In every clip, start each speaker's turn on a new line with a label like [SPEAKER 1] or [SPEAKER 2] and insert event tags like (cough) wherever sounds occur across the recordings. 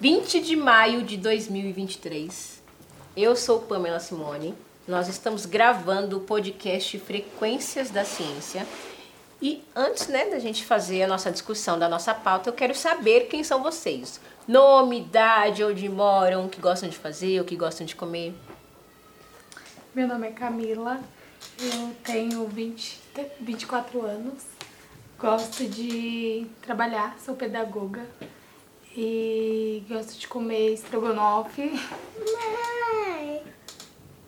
[SPEAKER 1] 20 de maio de 2023. Eu sou Pamela Simone. Nós estamos gravando o podcast Frequências da Ciência. E antes né, da gente fazer a nossa discussão da nossa pauta, eu quero saber quem são vocês. Nome, idade, onde moram, o que gostam de fazer, o que gostam de comer.
[SPEAKER 2] Meu nome é Camila, eu tenho 20, 24 anos, gosto de trabalhar, sou pedagoga e gosto de comer estrogonofe.
[SPEAKER 3] Mãe,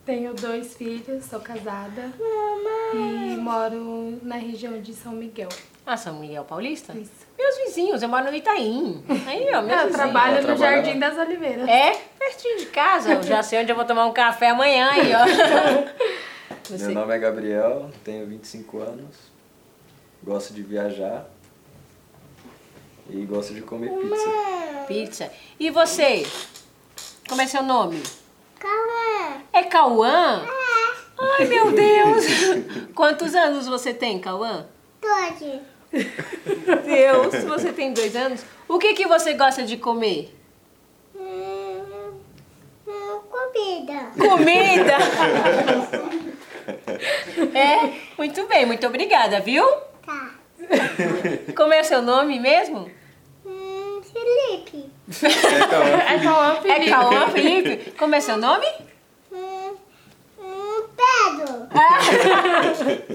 [SPEAKER 2] Tenho dois filhos, sou casada
[SPEAKER 3] mamãe.
[SPEAKER 2] e moro na região de São Miguel.
[SPEAKER 1] Ah, São Miguel Paulista?
[SPEAKER 2] Isso.
[SPEAKER 1] Meus vizinhos, eu moro no Itaim. Aí, ó, meus
[SPEAKER 2] Eu
[SPEAKER 1] vizinhos.
[SPEAKER 2] trabalho no
[SPEAKER 4] trabalha
[SPEAKER 2] Jardim das Oliveiras.
[SPEAKER 1] É, pertinho de casa. Eu já sei onde eu vou tomar um café amanhã aí,
[SPEAKER 2] (laughs)
[SPEAKER 1] ó. Você-
[SPEAKER 4] Meu nome é Gabriel, tenho 25 anos, gosto de viajar e gosto de comer pizza.
[SPEAKER 1] Pizza. E você? Como é seu nome?
[SPEAKER 3] Calma.
[SPEAKER 1] É Cauã? Ai, meu Deus! Quantos anos você tem, Cauã?
[SPEAKER 3] Todd.
[SPEAKER 1] Deus, você tem dois anos. O que, que você gosta de comer?
[SPEAKER 3] Hum, hum, comida.
[SPEAKER 1] Comida! É? Muito bem, muito obrigada, viu?
[SPEAKER 3] Tá.
[SPEAKER 1] Como é seu nome mesmo?
[SPEAKER 3] Hum, Felipe.
[SPEAKER 2] É Cauã
[SPEAKER 1] É
[SPEAKER 2] Felipe.
[SPEAKER 1] Cauã, Felipe? Como é seu nome?
[SPEAKER 3] Hum, hum, Pedro.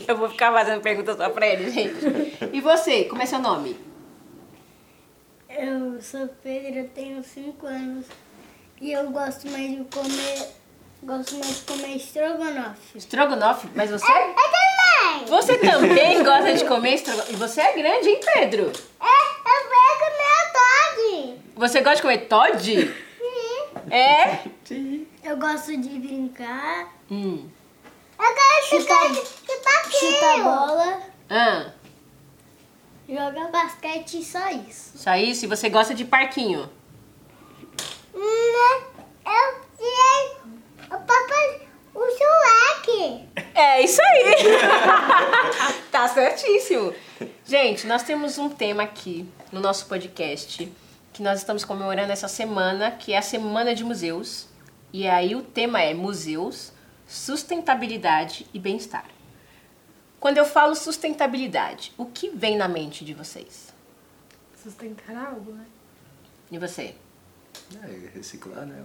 [SPEAKER 1] (laughs) Eu vou ficar fazendo perguntas só pra ele, gente. E você, como é seu nome?
[SPEAKER 3] Eu sou Pedro, eu tenho 5 anos. E eu gosto mais de comer. Gosto mais de comer estrogonofe.
[SPEAKER 1] Estrogonofe, mas você.
[SPEAKER 3] Eu também!
[SPEAKER 1] Você também gosta de comer estrogonofe? E você é grande, hein, Pedro?
[SPEAKER 3] É, eu pego meu Todd.
[SPEAKER 1] Você gosta de comer Todd?
[SPEAKER 3] Sim.
[SPEAKER 1] É?
[SPEAKER 3] Eu gosto de brincar.
[SPEAKER 1] Hum.
[SPEAKER 3] Eu quero chutar, chutar, chutar bola.
[SPEAKER 1] Ah,
[SPEAKER 3] Jogar basquete e só isso.
[SPEAKER 1] só isso? E você gosta de parquinho?
[SPEAKER 3] Hum, eu tirei o papai, o Shrek.
[SPEAKER 1] É isso aí! (laughs) tá certíssimo! Gente, nós temos um tema aqui no nosso podcast que nós estamos comemorando essa semana, que é a Semana de Museus. E aí o tema é Museus, Sustentabilidade e Bem-Estar. Quando eu falo sustentabilidade, o que vem na mente de vocês?
[SPEAKER 2] Sustentar algo, né?
[SPEAKER 1] De você?
[SPEAKER 4] É, e reciclar, né?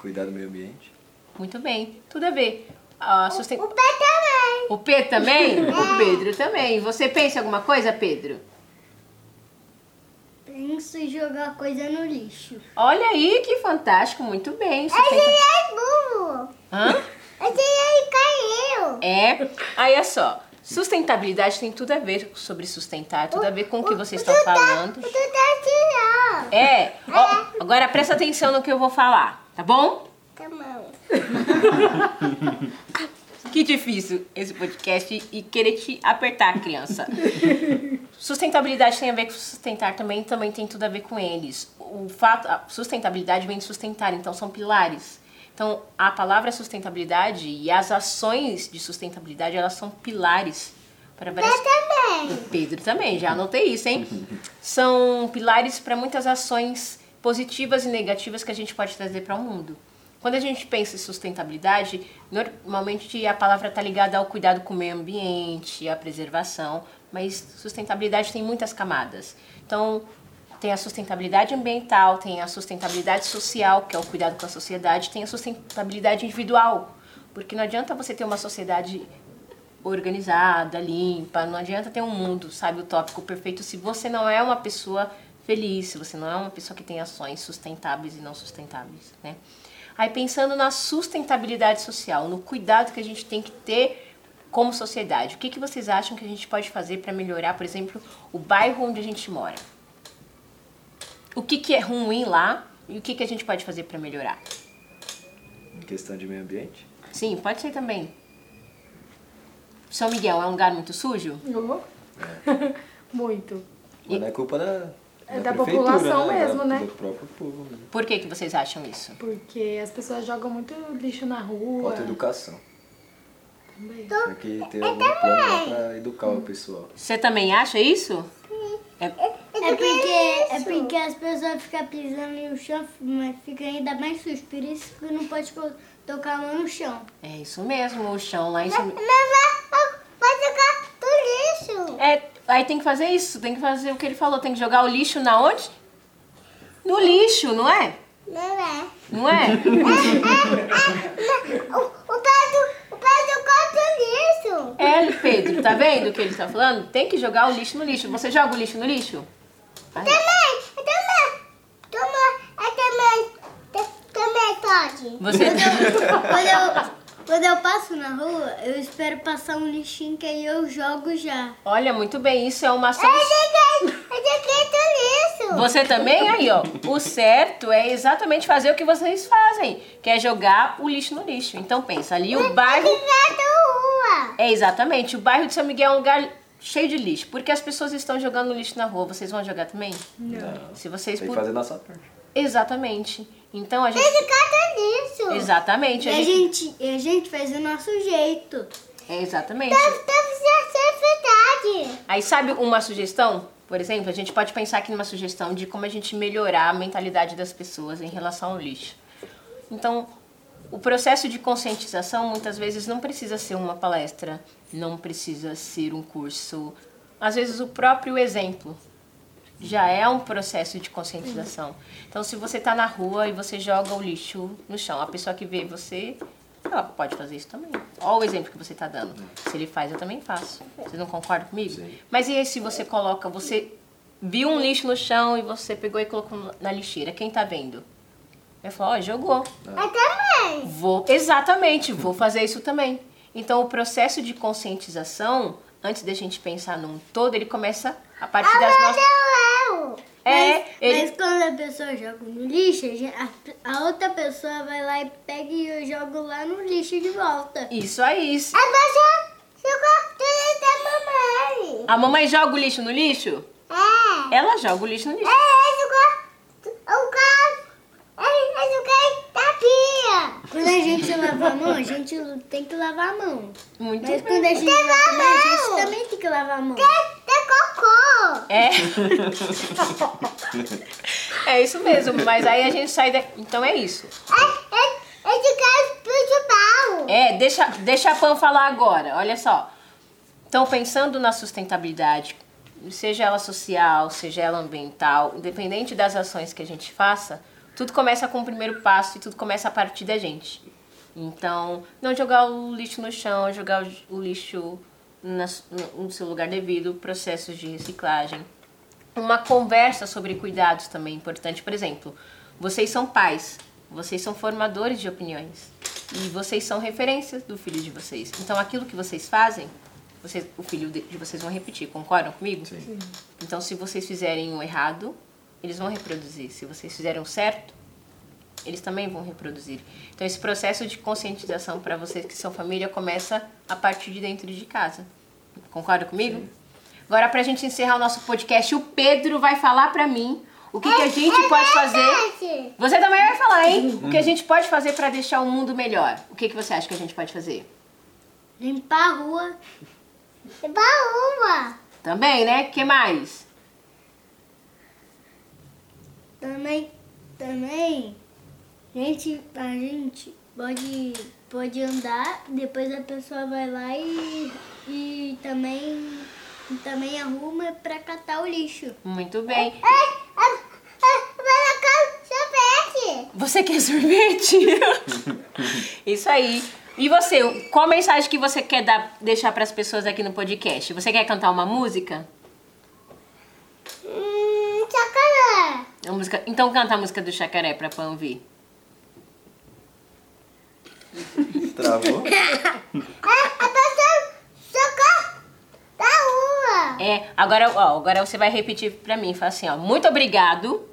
[SPEAKER 4] Cuidar do meio ambiente.
[SPEAKER 1] Muito bem, tudo a ver. Ah, susten-
[SPEAKER 3] O pé também.
[SPEAKER 1] O Pedro também? O Pedro também. Você pensa em alguma coisa, Pedro?
[SPEAKER 3] Penso em jogar coisa no lixo.
[SPEAKER 1] Olha aí que fantástico, muito bem.
[SPEAKER 3] Eu
[SPEAKER 1] 60...
[SPEAKER 3] tirei burro.
[SPEAKER 1] Hã?
[SPEAKER 3] Eu tirei caiu.
[SPEAKER 1] É. Aí é só. Sustentabilidade tem tudo a ver sobre sustentar, tudo a ver com o que vocês estão falando.
[SPEAKER 3] O Dudu tirou.
[SPEAKER 1] É. Ó, agora presta atenção no que eu vou falar, tá bom?
[SPEAKER 3] Tá bom.
[SPEAKER 1] Que difícil esse podcast e querer te apertar, criança. Sustentabilidade tem a ver com sustentar também, também tem tudo a ver com eles. O fato, a sustentabilidade vem de sustentar, então são pilares. Então, a palavra sustentabilidade e as ações de sustentabilidade, elas são pilares para várias
[SPEAKER 3] Eu também.
[SPEAKER 1] Pedro também, já anotei isso, hein? São pilares para muitas ações positivas e negativas que a gente pode trazer para o mundo. Quando a gente pensa em sustentabilidade, normalmente a palavra está ligada ao cuidado com o meio ambiente, à preservação, mas sustentabilidade tem muitas camadas. Então, tem a sustentabilidade ambiental, tem a sustentabilidade social, que é o cuidado com a sociedade, tem a sustentabilidade individual, porque não adianta você ter uma sociedade organizada, limpa. Não adianta ter um mundo, sabe, utópico perfeito se você não é uma pessoa feliz, se você não é uma pessoa que tem ações sustentáveis e não sustentáveis, né? Aí pensando na sustentabilidade social, no cuidado que a gente tem que ter como sociedade, o que, que vocês acham que a gente pode fazer para melhorar, por exemplo, o bairro onde a gente mora? O que, que é ruim lá e o que, que a gente pode fazer para melhorar?
[SPEAKER 4] Em questão de meio ambiente.
[SPEAKER 1] Sim, pode ser também. São Miguel é um lugar muito sujo?
[SPEAKER 2] Eu? (laughs) Muito.
[SPEAKER 4] Mas não é culpa da
[SPEAKER 2] É da
[SPEAKER 4] prefeitura,
[SPEAKER 2] população
[SPEAKER 4] Da-
[SPEAKER 2] mesmo, né?
[SPEAKER 4] Do próprio povo. Né?
[SPEAKER 1] Por que, que vocês acham isso?
[SPEAKER 2] Porque as pessoas jogam muito lixo na rua.
[SPEAKER 4] Falta educação.
[SPEAKER 2] também.
[SPEAKER 4] Tem que ter algum plano pra educar o pessoal.
[SPEAKER 1] Você também acha isso? É-
[SPEAKER 3] É porque, é porque as pessoas ficam pisando no chão, mas fica ainda mais sujo. Por isso que não pode co- tocar a mão no chão.
[SPEAKER 1] é, isso mesmo, o chão lá em cima.
[SPEAKER 3] Mas vai tocar tudo isso.
[SPEAKER 1] É, aí tem que fazer isso, tem que fazer o que ele falou, tem que jogar o lixo na onde? No lixo, não é?
[SPEAKER 3] Não é.
[SPEAKER 1] Não é?
[SPEAKER 3] O, o pé do, o pé do gato lixo.
[SPEAKER 1] É, Pedro, tá vendo o que ele tá falando? Tem que jogar o lixo no lixo. Você joga o lixo no lixo? Ai,
[SPEAKER 3] Também, também, é também, também, também pode.
[SPEAKER 1] Você (laughs)
[SPEAKER 3] Quando eu, quando eu passo na rua, eu espero passar um lixinho que aí eu jogo já.
[SPEAKER 1] Olha, muito bem, isso é uma ação.
[SPEAKER 3] Eu acredito tá nisso.
[SPEAKER 1] Você também, aí, ó. O certo é exatamente fazer o que vocês fazem, que é jogar o lixo no lixo. Então pensa, ali o
[SPEAKER 3] É
[SPEAKER 1] bairro.
[SPEAKER 3] tá rua.
[SPEAKER 1] É exatamente, o bairro de São Miguel é um lugar cheio de lixo, porque as pessoas estão jogando lixo na rua. Vocês vão jogar também?
[SPEAKER 4] Não.
[SPEAKER 1] Se vocês
[SPEAKER 4] Tem que
[SPEAKER 1] pu-
[SPEAKER 4] fazer nossa parte.
[SPEAKER 1] Exatamente. Então
[SPEAKER 3] É
[SPEAKER 1] a gente.
[SPEAKER 3] Acredita tá nisso.
[SPEAKER 1] Exatamente.
[SPEAKER 3] E
[SPEAKER 1] a
[SPEAKER 3] a
[SPEAKER 1] gente-
[SPEAKER 3] gente, e a gente faz do nosso jeito.
[SPEAKER 1] É exatamente.
[SPEAKER 3] ser verdade.
[SPEAKER 1] Aí sabe uma sugestão? Por exemplo, a gente pode pensar aqui numa sugestão de como a gente melhorar a mentalidade das pessoas em relação ao lixo. Então, o processo de conscientização muitas vezes não precisa ser uma palestra, não precisa ser um curso. Às vezes o próprio exemplo já é um processo de conscientização. Então, se você está na rua e você joga o lixo no chão, a pessoa que vê você, ela pode fazer isso também. Olha o exemplo que você está dando. Se ele faz, eu também faço. Você não concorda comigo? Mas e aí se você coloca, você viu um lixo no chão e você pegou e colocou na lixeira? Quem tá vendo? Vai falar, ó, jogou.
[SPEAKER 3] Eu É também.
[SPEAKER 1] Vou, exatamente, vou fazer isso também. Então, o processo de conscientização, antes da gente pensar num todo, ele começa a partir das nossas...
[SPEAKER 3] Eu, eu.
[SPEAKER 1] É,
[SPEAKER 3] mas,
[SPEAKER 1] ele-
[SPEAKER 3] mas quando a pessoa joga no lixo, a gen- a, a outra pessoa vai lá e pega e eu jogo lá no lixo de volta.
[SPEAKER 1] Isso aí. isso.
[SPEAKER 3] pessoa jogou tudo da mamãe.
[SPEAKER 1] A mamãe joga o lixo no lixo?
[SPEAKER 3] É.
[SPEAKER 1] Ela joga o lixo no
[SPEAKER 3] É,
[SPEAKER 1] lixo.
[SPEAKER 3] eu gosto. Eu gosto. Eu gosto É, da pia. Quando a gente lava a mão, a gente tem que lavar a mão.
[SPEAKER 1] Muito
[SPEAKER 3] Mas
[SPEAKER 1] bem.
[SPEAKER 3] quando a gente lava a mão, a gente também tem que lavar a mão. Tem, cocô.
[SPEAKER 1] É. (laughs) é isso mesmo, mas aí a gente sai da... Então é isso.
[SPEAKER 3] É, é, é de casa principal.
[SPEAKER 1] É, deixa, deixa a Pan falar agora, olha só. Então, pensando na sustentabilidade, seja ela social, seja ela ambiental, independente das ações que a gente faça, tudo começa com o primeiro passo e tudo começa a partir da gente. Então, não jogar o lixo no chão, jogar o- o lixo na su- no no seu lugar devido, processos de reciclagem, uma conversa sobre cuidados também é importante. Por exemplo, vocês são pais, vocês são formadores de opiniões e vocês são referências do filho de vocês. Então, aquilo que vocês fazem, vocês, o filho de de vocês vão repetir. Concordam comigo?
[SPEAKER 4] Sim.
[SPEAKER 1] Então, se vocês fizerem o errado, eles vão reproduzir. Se vocês fizerem o certo, eles também vão reproduzir. Então, esse processo de conscientização para vocês que são família começa a partir de dentro de casa. Concorda comigo? Agora, para a gente encerrar o nosso podcast, o Pedro vai falar para mim o que, que a
[SPEAKER 3] É
[SPEAKER 1] gente pode fazer. Você também vai falar, hein? O que a gente pode fazer para deixar o mundo melhor. O que, que você acha que a gente pode fazer?
[SPEAKER 3] Limpar a rua. Limpar a rua.
[SPEAKER 1] Também, né? O que mais?
[SPEAKER 3] Também, também, gente, a gente pode, pode andar, depois a pessoa vai lá e, e também, e também arruma pra catar o lixo.
[SPEAKER 1] Muito bem.
[SPEAKER 3] É,
[SPEAKER 1] Você quer (laughs) sorvete? Isso aí. E você, qual mensagem que você quer dar, deixar para as pessoas aqui no podcast? Você quer cantar uma música?
[SPEAKER 3] Hum, sacanagem.
[SPEAKER 1] Uma música- Então canta a música do Chacaré para Pan ouvir.
[SPEAKER 4] Travou?
[SPEAKER 3] É, A pessoa socorro da rua.
[SPEAKER 1] É, agora, ó, agora você vai repetir para mim, fala assim, ó, muito obrigado,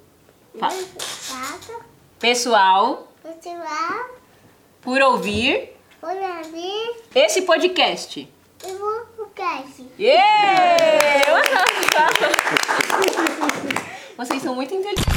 [SPEAKER 1] Fala.
[SPEAKER 3] Obrigada,
[SPEAKER 1] pessoal,
[SPEAKER 3] pessoal,
[SPEAKER 1] por ouvir
[SPEAKER 3] por abrir
[SPEAKER 1] esse podcast.
[SPEAKER 3] e vou pro caixa.
[SPEAKER 1] Yeah! Uma salva de palmas. Vocês são muito inteligentes.